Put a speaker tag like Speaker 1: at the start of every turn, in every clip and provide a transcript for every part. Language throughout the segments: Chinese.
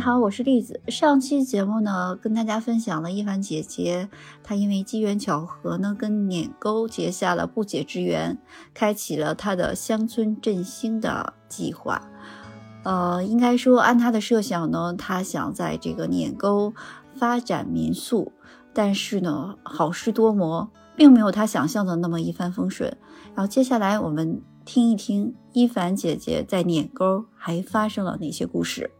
Speaker 1: 好，我是栗子。上期节目呢，跟大家分享了一凡姐姐，她因为机缘巧合呢，跟碾勾结下了不解之缘，开启了她的乡村振兴的计划。呃，应该说，按她的设想呢，她想在这个碾沟发展民宿，但是呢，好事多磨，并没有她想象的那么一帆风顺。然后接下来我们听一听一凡姐姐在碾沟还发生了哪些故事。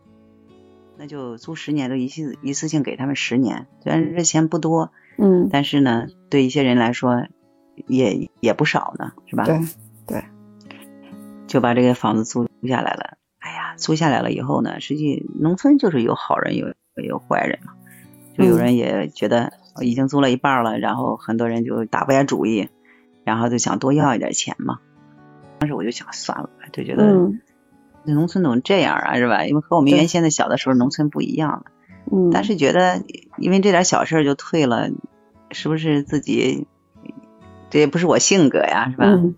Speaker 2: 那就租十年，就一次一次性给他们十年。虽然这钱不多，
Speaker 1: 嗯，
Speaker 2: 但是呢，对一些人来说也也不少呢，是吧？
Speaker 3: 对对，
Speaker 2: 就把这个房子租下来了。哎呀，租下来了以后呢，实际农村就是有好人有有坏人嘛，就有
Speaker 3: 嗯
Speaker 2: 人也觉得已经租了一半了，然后很多人就打不下主意，然后就想多要一点钱嘛。当时我就想算了，就觉得。
Speaker 1: 嗯
Speaker 2: 那农村怎么这样啊，是吧？因为和我们
Speaker 3: 对
Speaker 2: 原先的小的时候农村不一样了。
Speaker 1: 嗯，
Speaker 2: 但是觉得因为这点小事儿就退了，是不是自己这也不是我性格呀，是吧？
Speaker 1: 嗯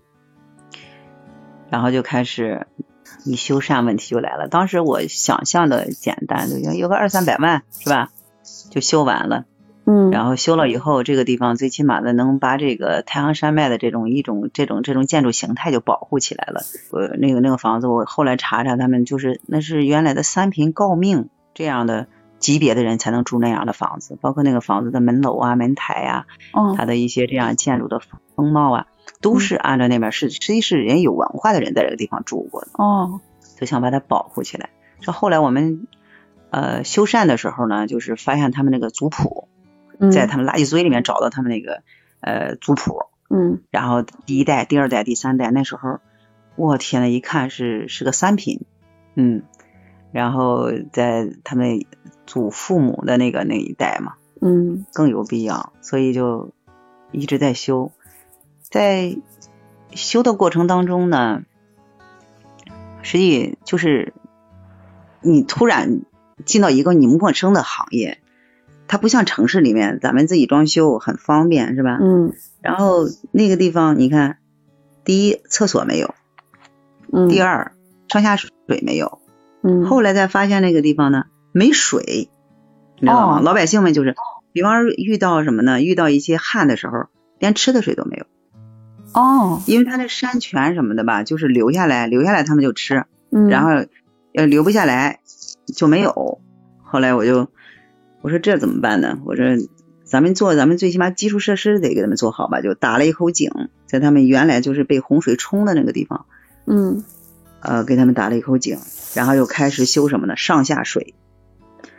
Speaker 2: 然后就开始你修缮问题就来了。当时我想象的简单，就有个二三百万是吧？就修完了，
Speaker 1: 嗯，
Speaker 2: 然
Speaker 1: 后
Speaker 2: 后修了以后，这个地方最起码的能把这个太行山脉的这种一种这种这种建筑形态就保护起来了。呃，那个那个房子，我后来查查，他们就是那是原来的三品诰命这样的级别的人才能住那样的房子，包括那个房子的门楼啊、门台啊，
Speaker 1: 哦
Speaker 2: 它的一些这样建筑的风貌啊，都是按照那边是实际是人有文化的人在这个地方住过的，
Speaker 1: 哦，
Speaker 2: 就想把它保护起来。这后来我们呃修缮的时候呢，就是发现他们那个族谱。
Speaker 1: 嗯
Speaker 2: 在他们垃圾堆里面找到他们那个呃族谱，
Speaker 1: 嗯
Speaker 2: 然后第一代、第二代、第三代，那时候我天呐，一看是是个三品，嗯，然后在他们祖父母的那个那一代嘛，
Speaker 1: 嗯
Speaker 2: 更有必要，所以就一直在修。在修的过程当中呢，实际就是你突然进到一个你陌生的行业，它不像城市里面咱们自己装修很方便，是吧？
Speaker 1: 嗯
Speaker 2: 然后那个地方你看，第一厕所没有，
Speaker 1: 嗯，
Speaker 2: 第二上下水没有，
Speaker 1: 嗯
Speaker 2: 后来才发现那个地方呢没水，你知道吗？
Speaker 1: 哦
Speaker 2: 老百姓们就是，比方说遇到什么呢？遇到一些旱的时候，连吃的水都没有，
Speaker 1: 哦
Speaker 2: 因为它那山泉什么的吧，就是流下来，流下来他们就吃，
Speaker 1: 嗯，
Speaker 2: 然后呃流不下来就没有。后来我就我说这怎么办呢？我说咱们做咱们最起码基础设施得给他们做好吧，就打了一口井，在他们原来就是被洪水冲的那个地方，
Speaker 1: 嗯
Speaker 2: 呃，给他们打了一口井，然后又开始修什么呢？上下水。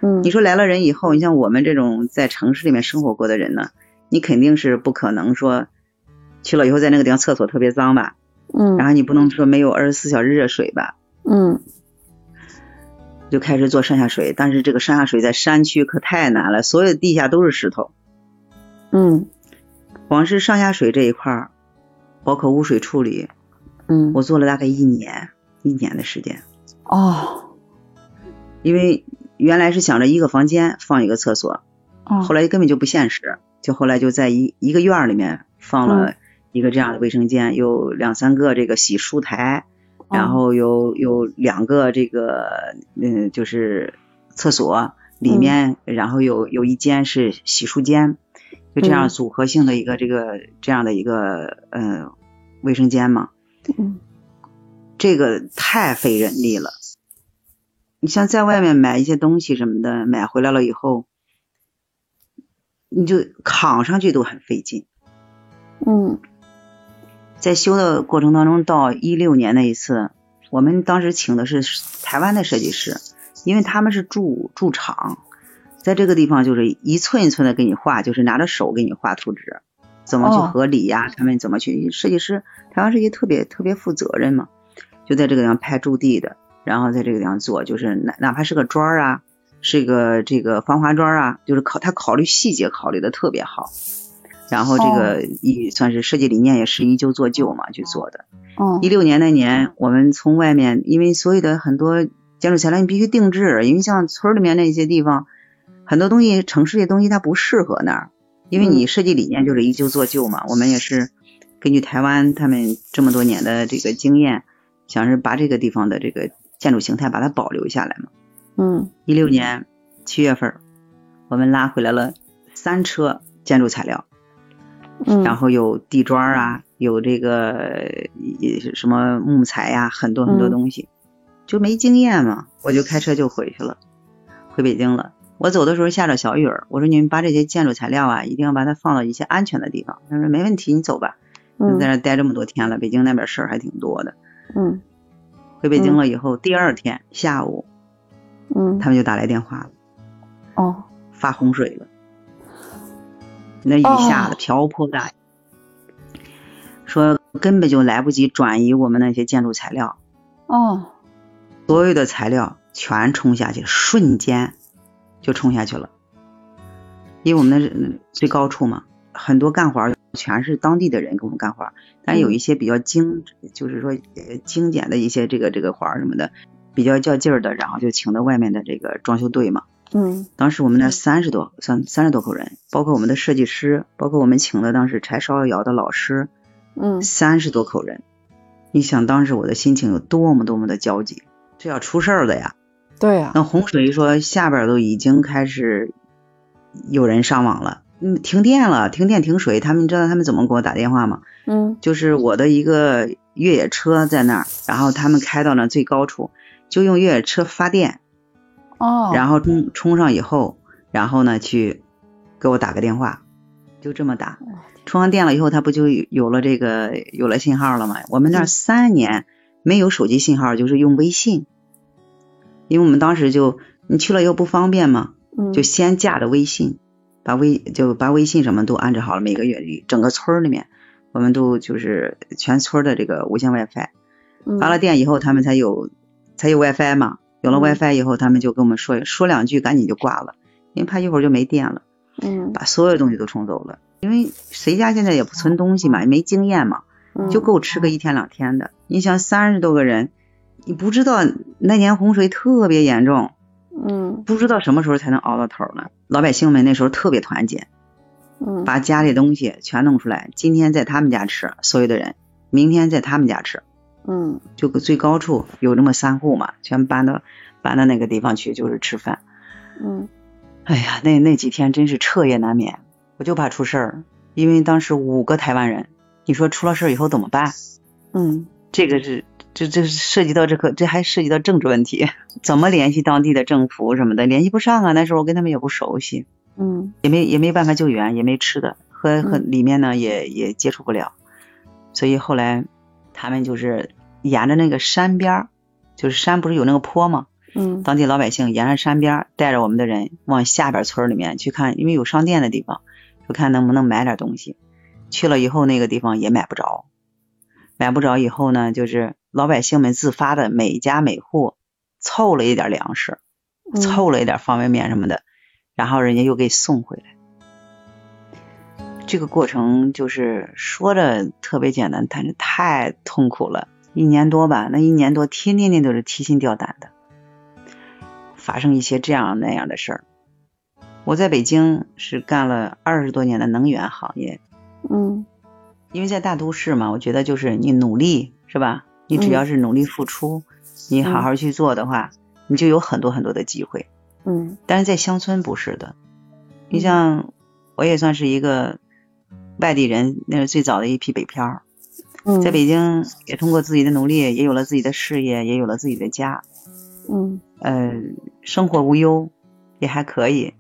Speaker 1: 嗯，
Speaker 2: 你
Speaker 1: 说
Speaker 2: 说来了人以后，你像我们这种在城市里面生活过的人呢，你肯定是不可能说去了以后在那个地方厕所特别脏吧，
Speaker 1: 嗯
Speaker 2: 然后你不能说没有二十四小时热水吧，
Speaker 1: 嗯
Speaker 2: 就开始做上下水。但是这个上下水在山区可太难了，所有地下都是石头，
Speaker 1: 嗯
Speaker 2: 光是上下水这一块儿，包括污水处理，
Speaker 1: 嗯
Speaker 2: 我做了大概一年一年的时间，
Speaker 1: 哦
Speaker 2: 因为原来是想着一个房间放一个厕所，
Speaker 1: 哦
Speaker 2: 后来根本就不现实，就后来就在一一个院儿里面放了一个这样的卫生间，有两三个这个洗漱台，
Speaker 1: 哦
Speaker 2: 然后有有两个这个嗯就是厕所里
Speaker 1: 嗯
Speaker 2: 面，然后有有一间是洗漱间，就这
Speaker 1: 嗯
Speaker 2: 样组合性的一个这个这样的一个呃卫生间嘛，
Speaker 1: 嗯
Speaker 2: 这个太费人力了。你像在外面买一些东西什么的，买回来了以后，你就扛上去都很费劲。
Speaker 1: 嗯
Speaker 2: 在修的过程当中，到一六年那一次，我们当时请的是台湾的设计师，因为他们是驻驻场，在这个地方就是一寸一寸的给你画，就是拿着手给你画图纸，怎么去
Speaker 1: 哦
Speaker 2: 合理呀、他们怎么去设计师，台湾设计特别特别负责任嘛，就在这个地方拍驻地的，然后在这个地方做，就是哪哪怕是个砖儿啊，是个这个防滑砖儿啊，就是考他考虑细节考虑的特别好。然后这个也算是设计理念也是依旧做旧嘛去做的。
Speaker 1: 哦
Speaker 2: 一六年那年，我们从外面，因为所有的很多建筑材料你必须定制，因为像村儿里面那些地方，很多东西城市里的东西它不适合那儿，因为你设计理念就是依旧做旧嘛。我们也是根据台湾他们这么多年的这个经验，想是把这个地方的这个建筑形态把它保留下来嘛。
Speaker 1: 嗯
Speaker 2: 一六年七月份儿，我们拉回来了三车建筑材料，
Speaker 1: 嗯，
Speaker 2: 然后有地砖儿啊，有这个呃一什么木材呀、很多很多
Speaker 1: 嗯
Speaker 2: 东西，就没经验嘛，我就开车就回去了，回北京了。我走的时候下着小雨儿，我说你们把这些建筑材料啊，一定要把它放到一些安全的地方。他说没问题，你走吧。
Speaker 1: 嗯
Speaker 2: 在那儿待这么多天了，北京那边事儿还挺多的。
Speaker 1: 嗯
Speaker 2: 回北京了以后，第二天下午
Speaker 1: 嗯，
Speaker 2: 他们就打来电话了，
Speaker 1: 哦，
Speaker 2: 发洪水了。那雨下的
Speaker 1: 哦
Speaker 2: 瓢泼大雨，说根本就来不及转移我们那些建筑材料，
Speaker 1: 哦，
Speaker 2: 所有的材料全冲下去，瞬间就冲下去了。因为我们那是最高处嘛，很多干活儿全是当地的人给我们干活儿，但有一些比较精，就是说呃精简的一些这个这个活儿什么的，比较较劲儿的，然后就请到外面的这个装修队嘛。
Speaker 1: 嗯
Speaker 2: 当时我们那
Speaker 1: 嗯
Speaker 2: 三十多三三十多口人，包括我们的设计师，包括我们请的当时柴烧窑的老师，
Speaker 1: 嗯
Speaker 2: 三十多口人。你想当时我的心情有多么多么的焦急，这要出事儿了呀！
Speaker 1: 对啊，
Speaker 2: 那洪水说下边儿都已经开始有人伤亡了，嗯，停电了，停电停水，他们你知道他们怎么给我打电话吗？
Speaker 1: 嗯
Speaker 2: 就是我的一个越野车在那儿，然后他们开到了最高处，就用越野车发电，
Speaker 1: 哦，
Speaker 2: 然后冲冲上以后，然后呢去给我打个电话，就这么打。充上电了以后，它不就有有了这个有了信号了吗？我们那儿
Speaker 1: 嗯
Speaker 2: 三年没有手机信号，就是用微信，因为我们当时就你去了又不方便嘛，
Speaker 1: 嗯
Speaker 2: 就先架着微信，把微就把微信什么都安置好了，每个月里整个村儿里面，我们都就是全村儿的这个无线 WiFi。发
Speaker 1: 嗯
Speaker 2: 了电以后，他们才有才有 WiFi 嘛。有了
Speaker 1: 嗯
Speaker 2: WiFi 以后，他们就跟我们说说两句，赶紧就挂了，因为怕一会儿就没电了，
Speaker 1: 嗯
Speaker 2: 把所有东西都冲走了。因为谁家现在也不存东西嘛，也没经验嘛，
Speaker 1: 嗯
Speaker 2: 就够吃个一天两天的。你想三十多个人，你不知道那年洪水特别严重，
Speaker 1: 嗯
Speaker 2: 不知道什么时候才能熬到头儿呢。老百姓们那时候特别团结，
Speaker 1: 嗯
Speaker 2: 把家里东西全弄出来，今天在他们家吃，所有的人，明天在他们家吃，
Speaker 1: 嗯
Speaker 2: 就最高处有那么三户嘛，全搬到搬到那个地方去，就是吃饭。
Speaker 1: 嗯
Speaker 2: 哎呀，那那几天真是彻夜难眠，我就怕出事儿，因为当时五个台湾人，你说出了事儿以后怎么办？
Speaker 1: 嗯
Speaker 2: 这个是这这是涉及到这个，这还涉及到政治问题，怎么联系当地的政府什么的，联系不上啊。那时候我跟他们也不熟悉，
Speaker 1: 嗯
Speaker 2: 也没也没办法救援，也没吃的，和和
Speaker 1: 嗯
Speaker 2: 里面呢也也接触不了，所以后来他们就是沿着那个山边儿，就是山不是有那个坡吗？
Speaker 1: 嗯
Speaker 2: 当地老百姓沿着山边儿带着我们的人往下边村儿里面去看，因为有商店的地方，就看能不能买点东西。去了以后，那个地方也买不着，买不着以后呢，就是老百姓们自发的每家每户凑了一点粮食，
Speaker 1: 嗯
Speaker 2: 凑了一点方便面什么的，然后人家又给送回来。这个过程就是说着特别简单，但是太痛苦了。一年多吧，那一年多天天天都是提心吊胆的，发生一些这样那样的事儿。我在北京是干了二十多年的能源行业，
Speaker 1: 嗯
Speaker 2: 因为在大都市嘛，我觉得就是你努力是吧？你只
Speaker 1: 嗯
Speaker 2: 要是努力付出，你好好去做的话，你就有很多很多的机会。
Speaker 1: 嗯
Speaker 2: 但是在乡村不是的。你
Speaker 1: 嗯
Speaker 2: 像我也算是一个外地人，那是最早的一批北漂儿，
Speaker 1: 嗯
Speaker 2: 在北京也通过自己的努力，也有了自己的事业，也有了自己的家，
Speaker 1: 嗯
Speaker 2: 呃，生活无忧，也还可以。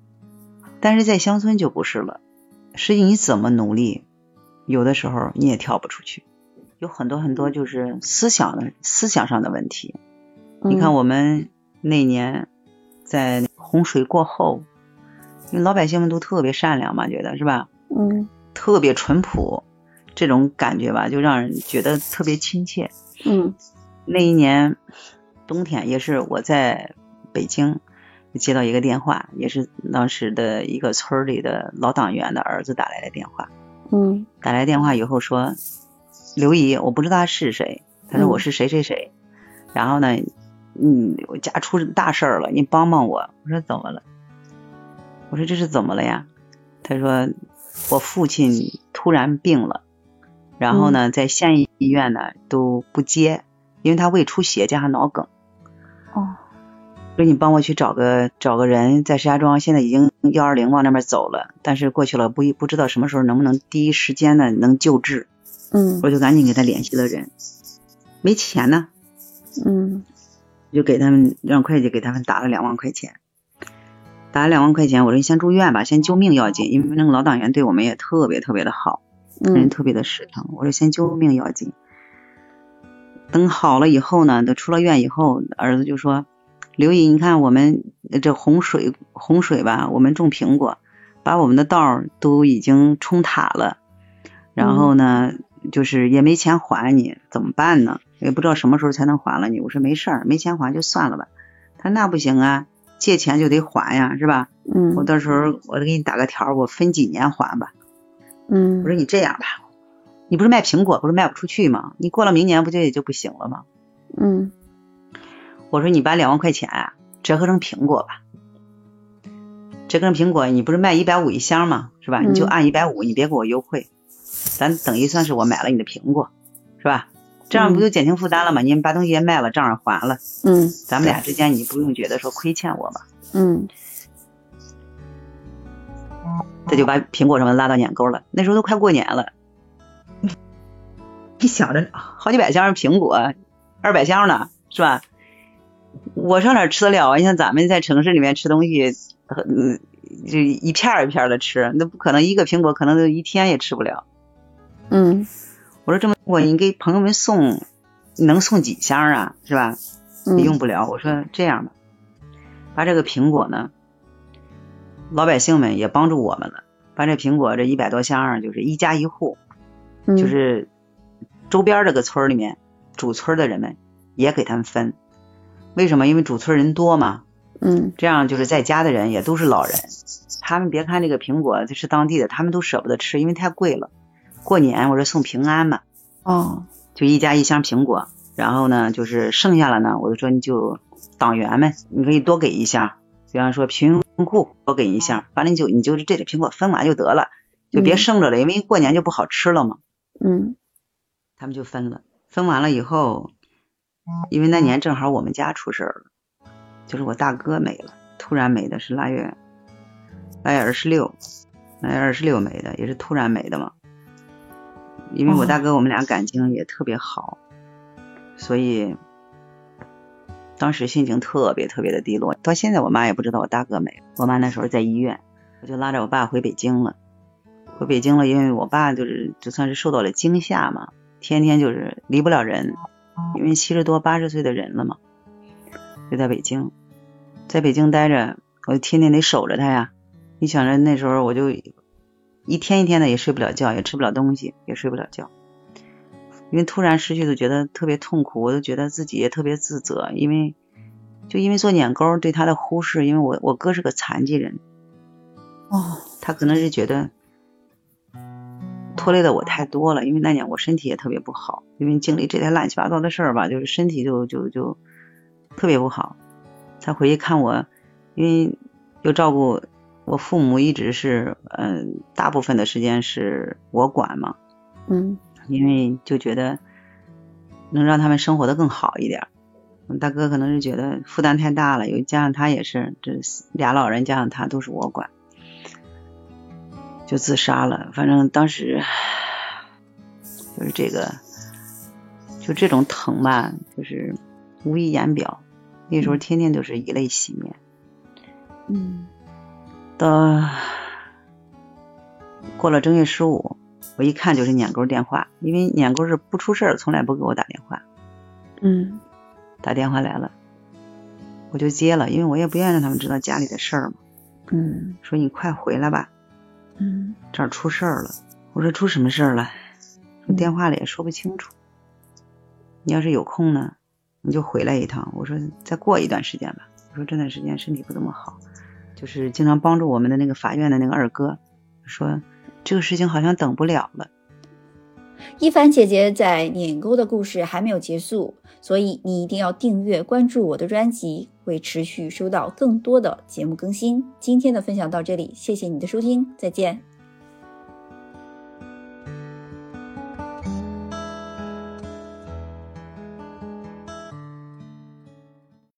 Speaker 2: 但是在乡村就不是了，是你怎么努力，有的时候你也跳不出去，有很多很多就是思想的思想上的问题。
Speaker 1: 嗯
Speaker 2: 你看我们那年在洪水过后，因为老百姓们都特别善良嘛，觉得是吧？
Speaker 1: 嗯
Speaker 2: 特别淳朴，这种感觉吧，就让人觉得特别亲切。
Speaker 1: 嗯
Speaker 2: 那一年冬天，也是我在北京接到一个电话，也是当时的一个村儿里的老党员的儿子打来的电话。
Speaker 1: 嗯
Speaker 2: 打来电话以后说，刘姨，我不知道他是谁，他说
Speaker 1: 嗯
Speaker 2: 我是谁谁谁，然后呢，嗯，我家出大事儿了，你帮帮我。我说怎么了？我说这是怎么了呀？他说我父亲突然病了，然后
Speaker 1: 嗯
Speaker 2: 呢，在县医院呢都不接，因为他胃出血加上脑梗。
Speaker 1: 哦
Speaker 2: 说你帮我去找个找个人，在石家庄现在已经幺二零往那边走了，但是过去了不一不知道什么时候能不能第一时间呢能救治，
Speaker 1: 嗯
Speaker 2: 我就赶紧给他联系了人，没钱呢，
Speaker 1: 嗯
Speaker 2: 就给他们让会计给他们打了两万块钱，打了两万块钱，我说你先住院吧，先救命要紧，因为那个老党员对我们也特别特别的好，人
Speaker 1: 嗯
Speaker 2: 特别的实诚，我说先救命要紧。等好了以后呢，等出了院以后，儿子就说：“刘姨，你看我们呃这洪水洪水吧，我们种苹果，把我们的道儿都已经冲塌了，然后呢，就是也没钱还你，怎么办呢？也不知道什么时候才能还了你。”我说：“没事儿，没钱还就算了吧。”他说：“那不行啊，借钱就得还呀，是吧？
Speaker 1: 嗯，
Speaker 2: 我到时候我给你打个条儿，我分几年还吧。”
Speaker 1: 嗯
Speaker 2: 我说你这样吧，你不是卖苹果不是卖不出去吗？你过了明年不就也就不行了吗？
Speaker 1: 嗯
Speaker 2: 我说你把两万块钱啊折合成苹果吧，折合成苹果你不是卖一百五一箱吗？是吧？
Speaker 1: 嗯
Speaker 2: 你就按一百五，你别给我优惠，咱等于算是我买了你的苹果，是吧？这样不就减轻负担了吗？你们把东西也卖了，账也还了，
Speaker 1: 嗯
Speaker 2: 咱们俩之间你不用觉得说亏欠我吧？
Speaker 1: 嗯
Speaker 2: 他就把苹果什么拉到碾沟了。那时候都快过年了，你想着好几百箱苹果，二百箱呢，是吧？我上哪儿吃得了啊？你像咱们在城市里面吃东西，嗯，就一片儿一片的吃，那不可能一个苹果可能都一天也吃不了。
Speaker 1: 嗯
Speaker 2: 我说这么我你给朋友们送，能送几箱啊？是吧？
Speaker 1: 嗯，
Speaker 2: 用不了。我说这样吧，把这个苹果呢，老百姓们也帮助我们了，把这苹果这一百多箱儿就是一家一户，就
Speaker 1: 嗯
Speaker 2: 是周边儿这个村儿里面主村儿的人们也给他们分。为什么？因为主村人多嘛，
Speaker 1: 嗯
Speaker 2: 这样就是在家的人也都是老人，他们别看这个苹果这是当地的，他们都舍不得吃，因为太贵了。过年我说送平安嘛，
Speaker 1: 哦
Speaker 2: 就一家一箱苹果，然后呢，就是剩下了呢，我就说你就党员们，你可以多给一箱，比方说贫困户多给一箱，完了你就你就是这点苹果分完就得了，就别
Speaker 1: 嗯
Speaker 2: 剩着了，因为过年就不好吃了嘛。
Speaker 1: 嗯
Speaker 2: 他们就分了，分完了以后，因为那年正好我们家出事儿了，就是我大哥没了，突然没的，是腊月腊月二十六，腊月二十六没的，也是突然没的嘛。因为我大哥我们俩感情也特别好，所以当时心情特别特别的低落。到现在我妈也不知道我大哥没了，我妈那时候在医院，我就拉着我爸回北京了。回北京了，因为我爸就是就算是受到了惊吓嘛，天天就是离不了人，因为七十多八十岁的人了嘛，就在北京，在北京待着，我就天天得守着他呀。你想着那时候我就一天一天的也睡不了觉，也吃不了东西，也睡不了觉，因为突然失去就觉得特别痛苦，我就觉得自己也特别自责，因为就因为做碾沟对他的忽视，因为我我哥是个残疾人，
Speaker 1: 哦
Speaker 2: 他可能是觉得拖累的我太多了，因为那年我身体也特别不好，因为经历这些乱七八糟的事儿吧，就是身体就就就特别不好。他回去看我，因为又照顾我父母，一直是嗯、大部分的时间是我管嘛，
Speaker 1: 嗯
Speaker 2: 因为就觉得能让他们生活的更好一点儿。嗯大哥可能是觉得负担太大了，又加上他也是这俩老人加上他都是我管，就自杀了。反正当时唉就是这个，就这种疼吧，就是无以言表。那时候天天都是以泪洗面。
Speaker 1: 嗯
Speaker 2: 到过了正月十五，我一看就是撵沟电话，因为撵沟是不出事儿，从来不给我打电话。
Speaker 1: 嗯
Speaker 2: 打电话来了，我就接了，因为我也不愿意让他们知道家里的事儿嘛。
Speaker 1: 嗯
Speaker 2: 说你快回来吧，
Speaker 1: 嗯
Speaker 2: 这儿出事儿了。我说出什么事儿了？说电话里也说不清楚。你要是有空呢，你就回来一趟。我说再过一段时间吧。我说这段时间身体不怎么好，就是经常帮助我们的那个法院的那个二哥，说这个事情好像等不了了。
Speaker 1: 一凡姐姐在碾沟的故事还没有结束，所以你一定要订阅关注我的专辑，会持续收到更多的节目更新。今天的分享到这里，谢谢你的收听，再见。